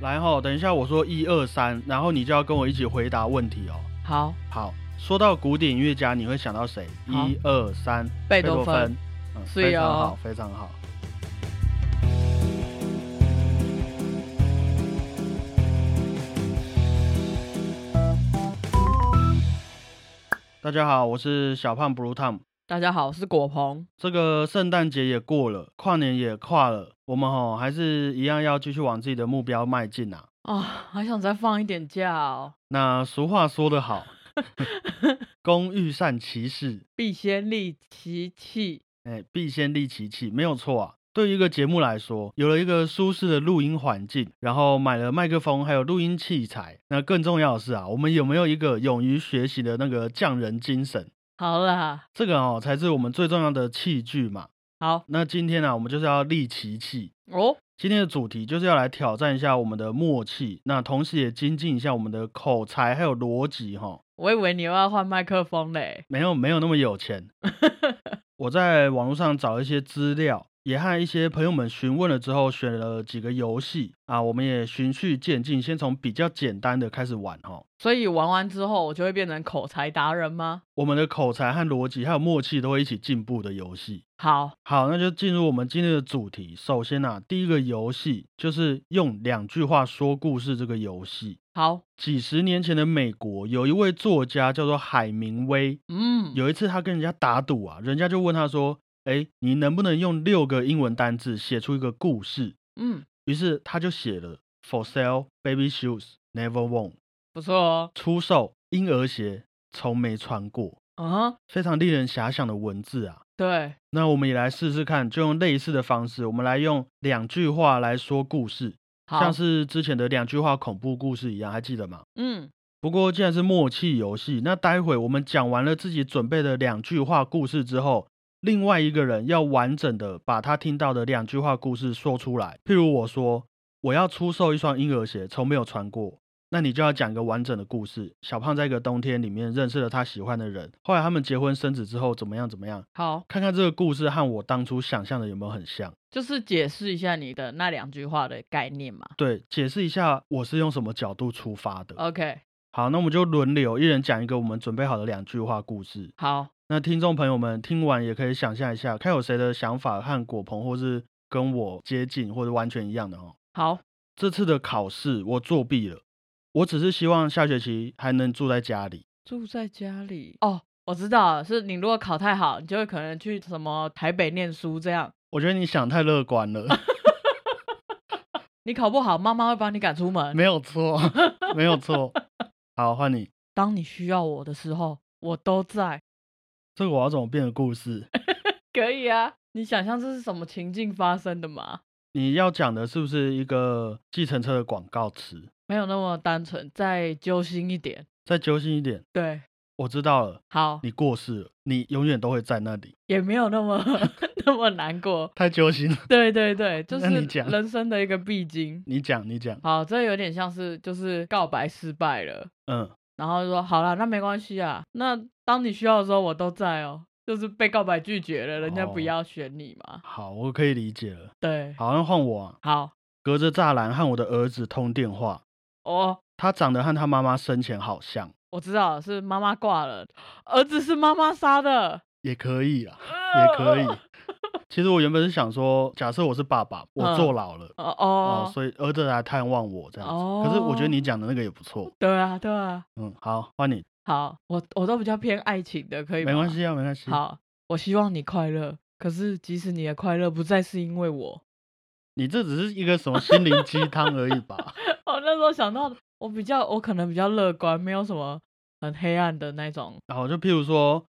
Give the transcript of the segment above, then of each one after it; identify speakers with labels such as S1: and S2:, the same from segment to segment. S1: 来哈，等一下我说一二三，然后你就要跟我一起回答问题哦。
S2: 好，
S1: 好，说到古典音乐家，你会想到谁？
S2: 好
S1: 一二三，
S2: 贝多
S1: 芬
S2: 芬。
S1: 嗯，
S2: 是
S1: 非常
S2: 哦
S1: 好，非常好。大家好，我是小胖 Blue Tom。
S2: 大家好，我是果鹏。
S1: 这个圣诞节也过了，跨年也跨了，我们吼还是一样要继续往自己的目标迈进啊。
S2: 啊，还想再放一点假哦，
S1: 那俗话说得好，工欲善其事，
S2: 必先利其器。
S1: 哎，必先利其器，没有错啊。对于一个节目来说，有了一个舒适的录音环境，然后买了麦克风，还有录音器材，那更重要的是啊，我们有没有一个勇于学习的那个匠人精神？
S2: 好啦，
S1: 这个哦，才是我们最重要的器具嘛。
S2: 好
S1: 那今天啊呢、我们就是要利其器。
S2: 哦，
S1: 今天的主题就是要来挑战一下我们的默契，那同时也精进一下我们的口才还有逻辑哈、
S2: 我以为你又要换麦克风嘞。
S1: 没有没有那么有钱。我在网络上找了一些资料，也和一些朋友们询问了之后，选了几个游戏啊，我们也循序渐进，先从比较简单的开始玩哈。
S2: 所以玩完之后，我就会变成口才达人吗？
S1: 我们的口才和逻辑还有默契都会一起进步的游戏。
S2: 好，
S1: 好，那就进入我们今天的主题。首先啊，第一个游戏就是用两句话说故事这个游戏。
S2: 好，
S1: 几十年前的美国，有一位作家叫做海明威，
S2: 嗯，
S1: 有一次他跟人家打赌啊，人家就问他说：“哎，你能不能用六个英文单字写出一个故事
S2: 嗯，？”
S1: 于是他就写了 “for sale baby shoes never worn”，
S2: 不错哦，
S1: 出售婴儿鞋从没穿过，
S2: 嗯哼，
S1: 非常令人遐想的文字啊。
S2: 对，
S1: 那我们也来试试看，就用类似的方式，我们来用两句话来说故事，
S2: 好，
S1: 像是之前的两句话恐怖故事一样，还记得吗？
S2: 嗯，
S1: 不过既然是默契游戏，那待会我们讲完了自己准备的两句话故事之后，另外一个人要完整的把他听到的两句话故事说出来。譬如我说我要出售一双婴儿鞋，从没有穿过。那你就要讲一个完整的故事。小胖在一个冬天里面认识了他喜欢的人，后来他们结婚生子之后怎么样怎么样？
S2: 好，
S1: 看看这个故事和我当初想象的有没有很像？
S2: 就是解释一下你的那两句话的概念嘛。
S1: 对，解释一下我是用什么角度出发的。
S2: OK，
S1: 好，那我们就轮流，一人讲一个我们准备好的两句话故事。
S2: 好，
S1: 那听众朋友们听完也可以想象一下，看有谁的想法和果鹏或是跟我接近或者完全一样的哦。
S2: 好，
S1: 这次的考试我作弊了，我只是希望下学期还能住在家里。
S2: 住在家里哦，我知道了，是你如果考太好，你就会可能去什么台北念书这样。
S1: 我觉得你想太乐观了，
S2: 你考不好，妈妈会把你赶出门。
S1: 没有错，没有错。好，换你，
S2: 当你需要我的时候，我都在。
S1: 这个我要怎么变的故事？
S2: 可以啊，你想象这是什么情境发生的吗？
S1: 你要讲的是不是一个计程车的广告词？
S2: 没有那么单纯，再揪心一点。
S1: 再揪心一点，
S2: 对，
S1: 我知道了，
S2: 好，
S1: 你过世了，你永远都会在那里。
S2: 也没有那 么那么难过。
S1: 太揪心了，
S2: 对对对，就
S1: 那
S2: 是
S1: 你讲
S2: 人生的一个必经。
S1: 你讲，你讲，
S2: 好，这有点像是就是告白失败了，
S1: 嗯，
S2: 然后就说好啦，那没关系啊，那当你需要的时候我都在哦。就是被告白拒绝了，人家不
S1: 哦
S2: 要选你嘛。
S1: 好，我可以理解了。
S2: 对，
S1: 好，那换我、啊，
S2: 好，
S1: 隔着栅栏和我的儿子通电话。
S2: 哦，
S1: 他长得和他妈妈生前好像，
S2: 我知道了是妈妈挂了，儿子是妈妈杀的，
S1: 也可以啊， 也 可以
S2: 呃。
S1: 其实我原本是想说，假设我是爸爸，我
S2: 嗯
S1: 坐牢了、
S2: 哦
S1: 哦，
S2: 哦，
S1: 所以儿子来探望我这样子。可是我觉得
S2: 哦
S1: 你讲的那个也不错，
S2: 对啊对啊，
S1: 嗯，好，换你，
S2: 好，我我都比较偏爱情的，可以吗
S1: 没关。系啊，没关系。，
S2: 好，我希望你快乐，可是即使你的快乐不再是因为我，
S1: 你这只是一个什么心灵鸡汤而已吧？
S2: 我那时候想到我比较我可能比较乐观，没有什么很黑暗的那种。
S1: 然后就譬如说，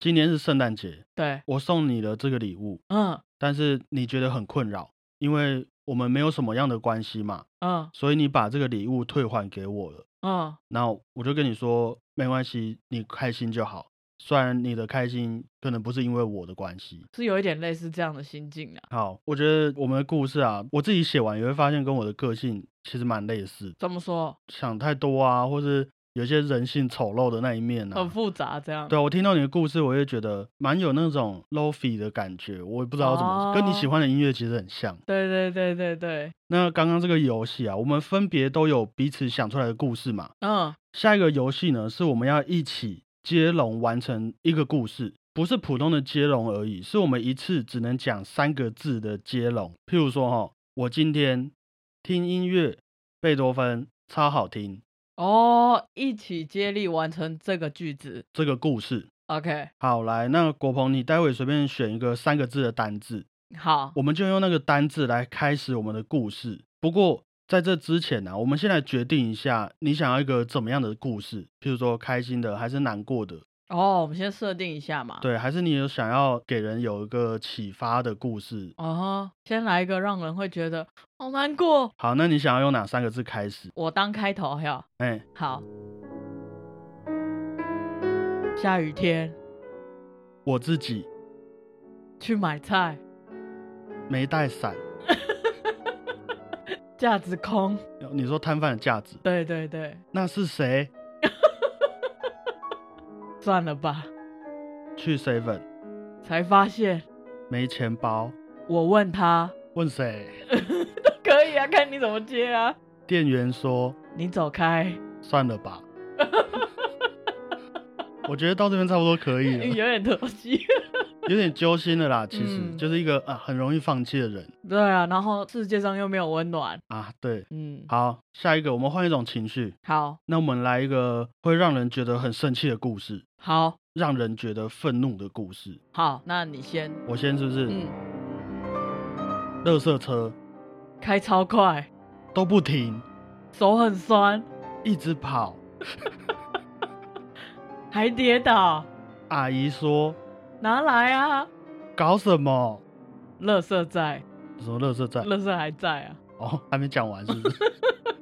S1: 今年是圣诞节，
S2: 对，
S1: 我送你了这个礼物，
S2: 嗯
S1: 但是你觉得很困扰，因为我们没有什么样的关系嘛，
S2: 嗯
S1: 所以你把这个礼物退还给我了。
S2: 嗯，
S1: 然后我就跟你说，没关系，你开心就好。虽然你的开心可能不是因为我的关系。
S2: 是有一点类似这样的心境啊。
S1: 好，我觉得我们的故事啊，我自己写完也会发现跟我的个性其实蛮类似的，
S2: 怎么说？
S1: 想太多啊，或是有一些人性丑陋的那一面
S2: 很
S1: 啊。
S2: 复杂这样。
S1: 对啊，我听到你的故事，我也觉得蛮有那种 lofi 的感觉，我也不知道怎么，跟你喜
S2: 哦
S1: 欢的音乐其实很像。
S2: 对对对对对，
S1: 那刚刚这个游戏啊，我们分别都有彼此想出来的故事嘛。
S2: 嗯，
S1: 下一个游戏呢，是我们要一起接龙完成一个故事，不是普通的接龙而已，是我们一次只能讲三个字的接龙。譬如说哈、我今天听音乐，贝多芬超好听
S2: 哦，一起接力完成这个句子。
S1: 这个故事。
S2: OK，
S1: 好，来，那国鹏，你待会随便选一个三个字的单字，
S2: 好，
S1: 我们就用那个单字来开始我们的故事。不过在这之前啊呢、我们先来决定一下，你想要一个怎么样的故事？譬如说开心的还是难过的，
S2: 哦，我们先设定一下嘛。，
S1: 对，还是你有想要给人有一个启发的故事？
S2: 哦，先来一个让人会觉得好难过。
S1: 好，那你想要用哪三个字开始？
S2: 我当开头要
S1: 哎、
S2: 好。下雨天
S1: 我自己
S2: 去买菜，
S1: 没带伞，
S2: 架子空。
S1: 你说摊贩的价值，
S2: 对对对，
S1: 那是谁
S2: 算了吧。
S1: 去 seven
S2: 才发现，
S1: 没钱包？
S2: 我问他，
S1: 问谁？
S2: 可以啊，看你怎么接啊。
S1: 店员说
S2: 你走开，
S1: 算了吧。我觉得到这边差不多可以
S2: 有
S1: 了，
S2: 点可惜。
S1: 有点揪心了啦。其实、
S2: 嗯
S1: 就是一个啊很容易放弃的人
S2: 对啊，然后世界上又没有温暖。
S1: 啊。对，
S2: 嗯，
S1: 好，下一个我们换一种情绪，
S2: 好，
S1: 那我们来一个会让人觉得很生气的故事。
S2: 好，
S1: 让人觉得愤怒的故事。
S2: 好，那你先。
S1: 我先是不是？
S2: 嗯，
S1: 垃圾车
S2: 开超快，
S1: 都不停，
S2: 手很酸，
S1: 一直跑。
S2: 还跌倒，
S1: 阿姨说
S2: 拿来啊！
S1: 搞什么？
S2: 垃圾在，
S1: 什么垃圾站？
S2: 垃圾还在啊。
S1: 哦，还没讲完是不是？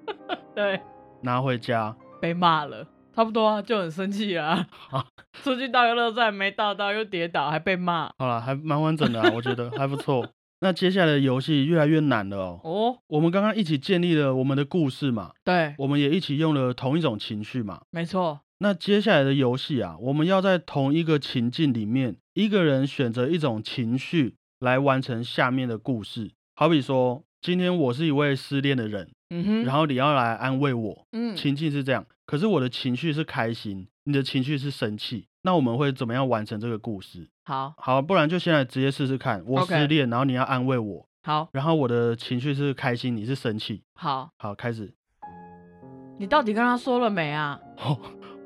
S2: 对，
S1: 拿回家，
S2: 被骂了，差不多啊，就很生气啊。
S1: 好，
S2: 出去倒个垃圾还没倒到，又跌倒，还被骂。
S1: 好了，还蛮完整的、啊，我觉得还不 错。那接下来的游戏越来越难了哦。
S2: 哦，
S1: 我们刚刚一起建立了我们的故事嘛，
S2: 对，
S1: 我们也一起用了同一种情绪嘛。
S2: 没错。
S1: 那接下来的游戏啊，我们要在同一个情境里面，一个人选择一种情绪来完成下面的故事。好比说，今天我是一位失恋的人，
S2: 嗯哼，
S1: 然
S2: 后
S1: 后你要来安慰我，
S2: 嗯，
S1: 情境是这样，可是我的情绪是开心，你的情绪是生气，那我们会怎么样完成这个故事？
S2: 好
S1: 好，不然就先来直接试试看，我
S2: OK
S1: 失恋，然后你要安慰我，
S2: 好
S1: 然后我的情绪是开心，你是生气。
S2: 好，
S1: 好，开始。
S2: 你到底跟他说了没啊？
S1: 哦，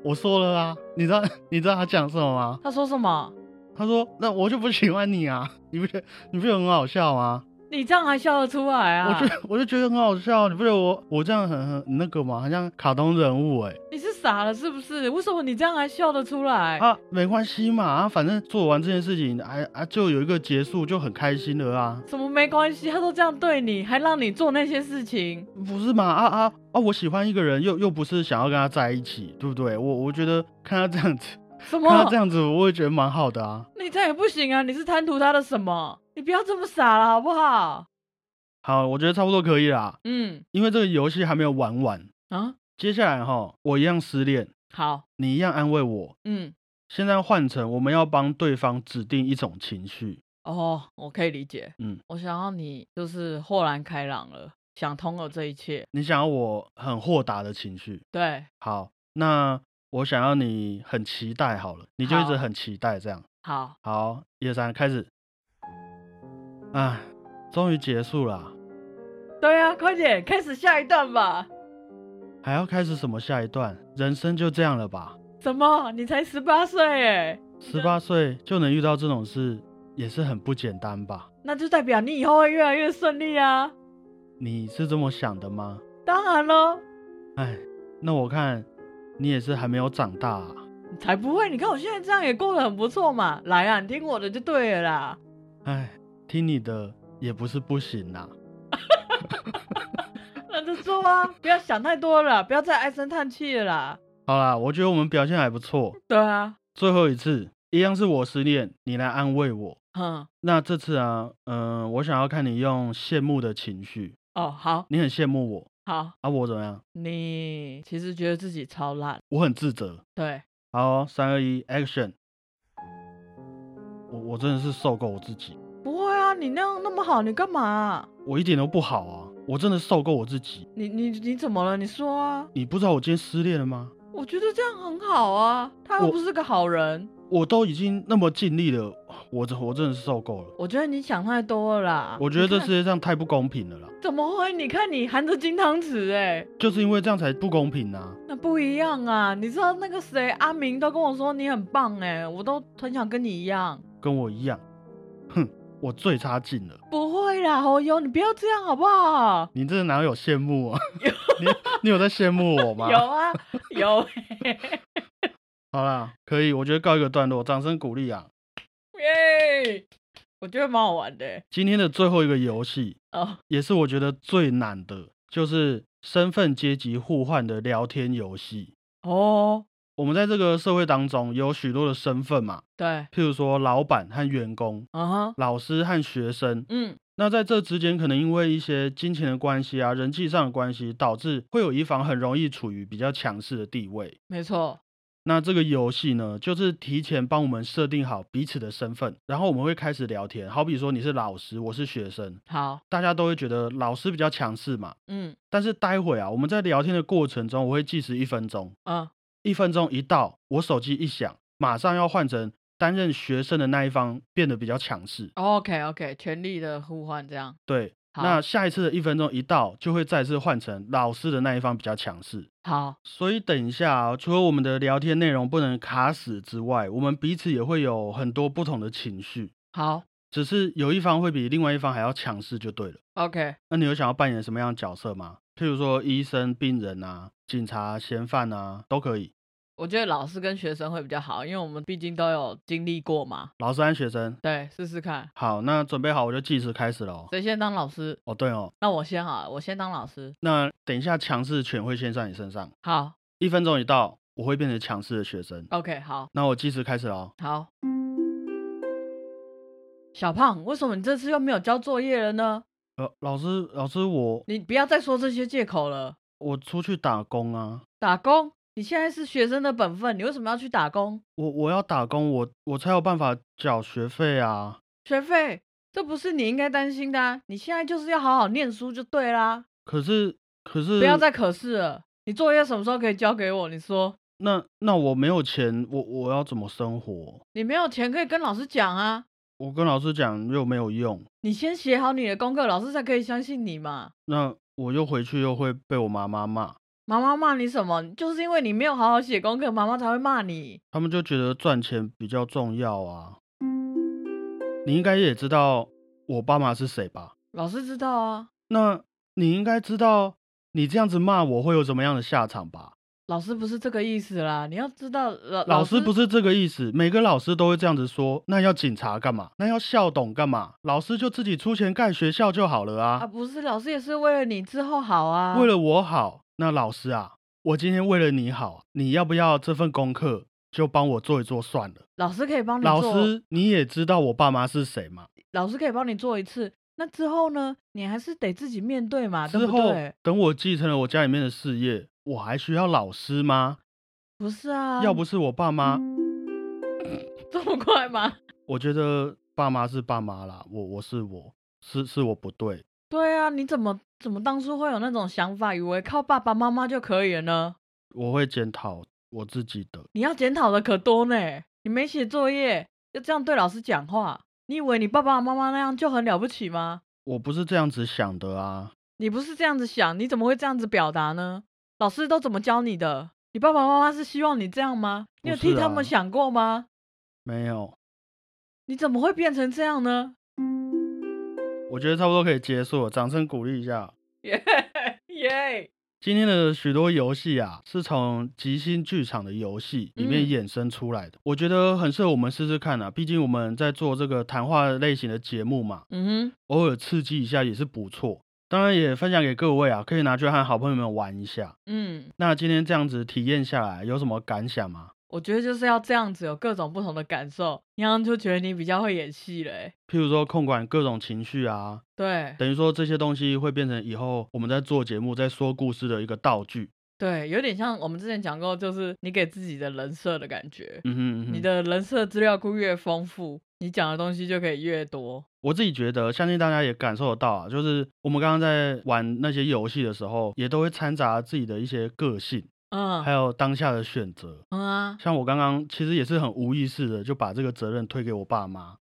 S1: 我说了啊，你知道 你知道他讲什么吗？
S2: 他说什么？
S1: 他说：“那我就不喜欢你啊，你不觉得你不觉得很好笑吗？
S2: 你这样还笑得出来啊？
S1: 我就我就觉得很好笑，你不觉得我我这样很很那个吗？很像卡通人物哎、
S2: 你是傻了是不是？为什么你这样还笑得出来？
S1: 啊，没关系嘛，啊，反正做完这件事情，哎啊，就有一个结束，就很开心了啊，
S2: 什么没关系？他都这样对你，还让你做那些事情。
S1: 不是嘛？啊啊啊！我喜欢一个人，又又不是想要跟他在一起，对不对？我我觉得看他这样子，
S2: 什
S1: 看他
S2: 么
S1: 这？样子，我也觉得蛮好的啊。
S2: 你这样也不行啊！你是贪图他的什么？你不要这么傻了，好不好？
S1: 好，我觉得差不多可以啦，
S2: 嗯
S1: 因为这个游戏还没有玩完。
S2: 啊，
S1: 接下来哈，我一样失恋，
S2: 好，
S1: 你一样安慰我，
S2: 嗯，
S1: 现在换成我们要帮对方指定一种情绪，
S2: 哦，我可以理解。
S1: 嗯，
S2: 我想要你就是豁然开朗了，想通了这一切。
S1: 你想要我很豁达的情绪，
S2: 对，
S1: 好，那我想要你很期待好了，你就一直
S2: 好
S1: 很期待这样。
S2: 好，
S1: 好，一二三，开始。唉，终于结束了，
S2: 对啊，快点开始下一段吧。
S1: 还要开始什么下一段？人生就这样了吧？
S2: 什么？你才十八岁哎，
S1: 十八岁就能遇到这种事，也是很不简单吧？
S2: 那就代表你以后会越来越顺利啊。
S1: 你是这么想的吗？
S2: 当然喽，
S1: 唉，那我看你也是还没有长大啊。
S2: 才不会！你看我现在这样也过得很不错嘛。来啊，你听我的就对了啦。
S1: 唉，听你的也不是不行啦、
S2: 那就做 啊，不要想太多了，不要再唉声叹气了啦。
S1: 好啦，我觉得我们表现还不错。
S2: 对啊，
S1: 最后一次，一样是我失恋，你来安慰我。
S2: 嗯，
S1: 那这呃次啊，嗯、我想要看你用羡慕的情绪，
S2: 哦，好，
S1: 你很羡慕我，
S2: 好，
S1: 啊，我怎么样？
S2: 你其实觉得自己超烂，
S1: 我很自责。
S2: 对，
S1: 好哦、三二一，Action！我我真的是受够我自己，
S2: 不会啊，你那样那么好，你干嘛啊、
S1: 我一点都不好啊！我真的受够我自己。
S2: 你你你怎么了？你说啊，
S1: 你不知道我今天失恋了吗？
S2: 我觉得这样很好啊，他又
S1: 我
S2: 不是个好人。
S1: 我都已经那么尽力了，我真我真的是受够了。
S2: 我觉得你想太多了啦。
S1: 我觉得
S2: 你
S1: 这
S2: 看
S1: 世界上太不公平了啦，
S2: 怎么会？你看你含着金汤匙哎、
S1: 就是因为这样才不公平啊！
S2: 那不一样啊！你知道那个谁阿明都跟我说你很棒哎、我都很想跟你一样。
S1: 跟我一样，哼，我最差劲了。
S2: 不会啦，侯友，你不要这样好不好？
S1: 你这哪有羡慕啊？ 你你有在羡慕我吗？
S2: 有啊，有、
S1: 好啦，可以，我觉得告一个段落，掌声鼓励啊！
S2: 耶！我觉得蛮好玩的欸、
S1: 今天的最后一个游戏，
S2: 哦。
S1: 也是我觉得最难的，就是身份阶级互换的聊天游戏。
S2: 哦，
S1: 我们在这个社会当中有许多的身份嘛，
S2: 对，啊
S1: 譬如说老板和员工、
S2: 哈，
S1: 老师和学生。
S2: 嗯，
S1: 那在这之间，可能因为一些金钱的关系啊、人际上的关系，导致会有一方很容易处于比较强势的地位。
S2: 没错，
S1: 那这个游戏呢，就是提前帮我们设定好彼此的身份，然后我们会开始聊天。好比说你是老师，我是学生，
S2: 好，
S1: 大家都会觉得老师比较强势嘛。
S2: 嗯
S1: 但是待会啊，我们在聊天的过程中，我会计时一分钟，
S2: 嗯，
S1: 一分钟一到，我手机一响，马上要换成担任学生的那一方变得比较强势。
S2: OK OK，权力的互换这样，
S1: 对，
S2: 好
S1: 那下一次的一分钟一到，就会再次换成老师的那一方比较强势。
S2: 好，
S1: 所以等一下啊、除了我们的聊天内容不能卡死之外，我们彼此也会有很多不同的情绪，
S2: 好
S1: 只是有一方会比另外一方还要强势就对了。
S2: ，OK，
S1: 那你有想要扮演什么样的角色吗？譬如说医生、病人啊、警察、嫌犯啊，都可以。
S2: 我觉得老师跟学生会比较好，因为我们毕竟都有经历过嘛。
S1: 老师和学生，
S2: 对，试试看，
S1: 好，那准备好我就计时开始了哦。
S2: 谁先当老师？
S1: 哦，对哦，
S2: 那我先好了，我先当老师。
S1: 那等一下强势权会先在你身上，
S2: 好
S1: 一分钟一到，我会变成强势的学生。
S2: ，OK，好，
S1: 那我计时开始了哦。
S2: 好。小胖，为什么你这次又没有交作业了呢？
S1: 呃，老师，老师，我
S2: 你不要再说这些借口了。
S1: 我出去打工啊，
S2: 打工，你现在是学生的本分，你为什么要去打工？
S1: 我我要打工，我我才有办法缴学费啊。
S2: 学费，这不是你应该担心的、啊。你现在就是要好好念书就对啦，
S1: 可是可是
S2: 不要再可是了。你作业什么时候可以交给我？你说
S1: 那那我没有钱，我我要怎么生活？
S2: 你没有钱可以跟老师讲啊。
S1: 我跟老师讲又没有用，
S2: 你先写好你的功课，老师才可以相信你嘛。
S1: 那我又回去又会被我妈妈骂，
S2: 妈妈骂你什么？就是因为你没有好好写功课，妈妈才会骂你。
S1: 他们就觉得赚钱比较重要啊。你应该也知道我爸妈是谁吧？
S2: 老师知道啊，
S1: 那你应该知道，你这样子骂我会有怎么样的下场吧？
S2: 老师不是这个意思啦。你要知道，老
S1: 老
S2: 师
S1: 师不是这个意思，每个老师都会这样子说。那要警察干嘛？那要校董干嘛？老师就自己出钱盖学校就好了
S2: 啊，
S1: 啊。
S2: 不是老师也是为了你之后好啊。
S1: 为了我好，那老师啊，我今天为了你好，你要不要这份功课就帮我做一做算了？
S2: 老师可以帮你做，
S1: 老师，你也知道我爸妈是谁嘛？
S2: 老师可以帮你做一次。那之后呢，你还是得自己面对嘛，啊对
S1: 之
S2: 不
S1: 后
S2: 对？
S1: 等我继承了我家里面的事业，我还需要老师吗？
S2: 不是啊，
S1: 要不是我爸妈，
S2: 嗯这么快吗？
S1: 我觉得爸妈是爸妈啦，我我是我是是我不对，
S2: 对啊，你怎么怎么当初会有那种想法，以为靠爸爸妈妈就可以了呢？
S1: 我会检讨我自己的。
S2: 你要检讨的可多呢。你没写作业，就这样对老师讲话，你以为你爸爸妈妈那样就很了不起吗？
S1: 我不是这样子想的啊，
S2: 你不是这样子想，你怎么会这样子表达呢？老师都怎么教你的？你爸爸妈妈是希望你这样吗？你有
S1: 不是
S2: 替他
S1: 啊
S2: 们想过吗？
S1: 没有，
S2: 你怎么会变成这样呢？
S1: 我觉得差不多可以结束了，掌声鼓励一下。
S2: 耶耶！
S1: 今天的许多游戏啊，是从即兴剧场的游戏里面
S2: 嗯
S1: 衍生出来的，我觉得很适合我们试试看啊。毕竟我们在做这个谈话类型的节目嘛，
S2: 嗯
S1: 偶尔刺激一下也是不错。当然也分享给各位啊，可以拿去和好朋友们玩一下。
S2: 哼，嗯，
S1: 那今天这样子体验下来，有什么感想吗？
S2: 我觉得就是要这样子，有各种不同的感受，你好像就觉得你比较会演戏了、欸。
S1: 譬如说控管各种情绪啊，
S2: 对
S1: 等于说这些东西会变成以后我们在做节目、在说故事的一个道具。
S2: 对，有点像我们之前讲过，就是你给自己的人设的感觉。
S1: 嗯哼嗯哼，
S2: 你的人设资料库越丰富，你讲的东西就可以越多。
S1: 我自己觉得，相信大家也感受得到啊，就是我们刚刚在玩那些游戏的时候，也都会掺杂自己的一些个性，
S2: 嗯，
S1: 还有当下的选择。
S2: 嗯啊，
S1: 像我刚刚其实也是很无意识的就把这个责任推给我爸 妈，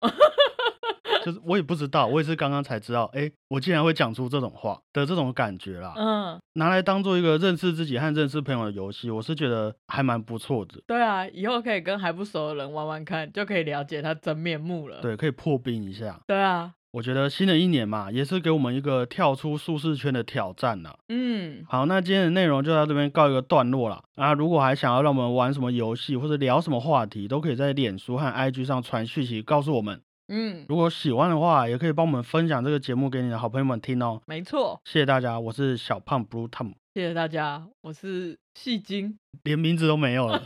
S1: 就是我也不知道，我也是刚刚才知道，哎，我竟然会讲出这种话的这种感觉啦，
S2: 嗯，
S1: 拿来当做一个认识自己和认识朋友的游戏，我是觉得还蛮不错的，
S2: 对啊，以后可以跟还不熟的人玩玩看，就可以了解他真面目了。
S1: 对，可以破冰一下。
S2: 对啊，
S1: 我觉得新的一年嘛，也是给我们一个跳出舒适圈的挑战啦。
S2: 嗯，
S1: 好，那今天的内容就到这边告一个段落啦。啊，如果还想要让我们玩什么游戏或者聊什么话题，都可以在脸书和 IG 上传讯息告诉我们。
S2: 嗯，
S1: 如果喜欢的话，也可以帮我们分享这个节目给你的好朋友们听哦。
S2: 没错。
S1: 谢谢大家，我是小胖 Blue Tom，
S2: 谢谢大家，我是戏精。
S1: 连名字都没有 了。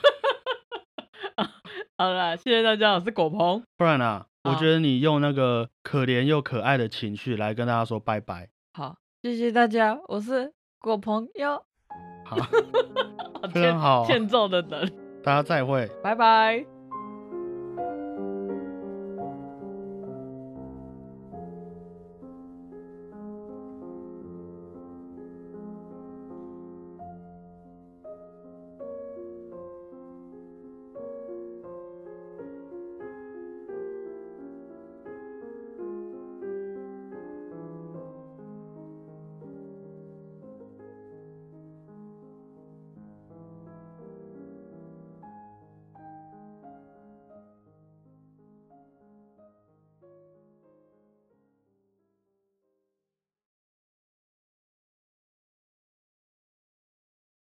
S2: 好啦，谢谢大家，我是果鹏。
S1: 不然啊，我
S2: 好
S1: 觉得你用那个可怜又可爱的情绪来跟大家说拜拜。
S2: 好，谢谢大家，我是果鹏哟。
S1: 好，
S2: 好
S1: 非常
S2: 欠
S1: 好，
S2: 欠揍的人，
S1: 大家再会。
S2: 拜拜。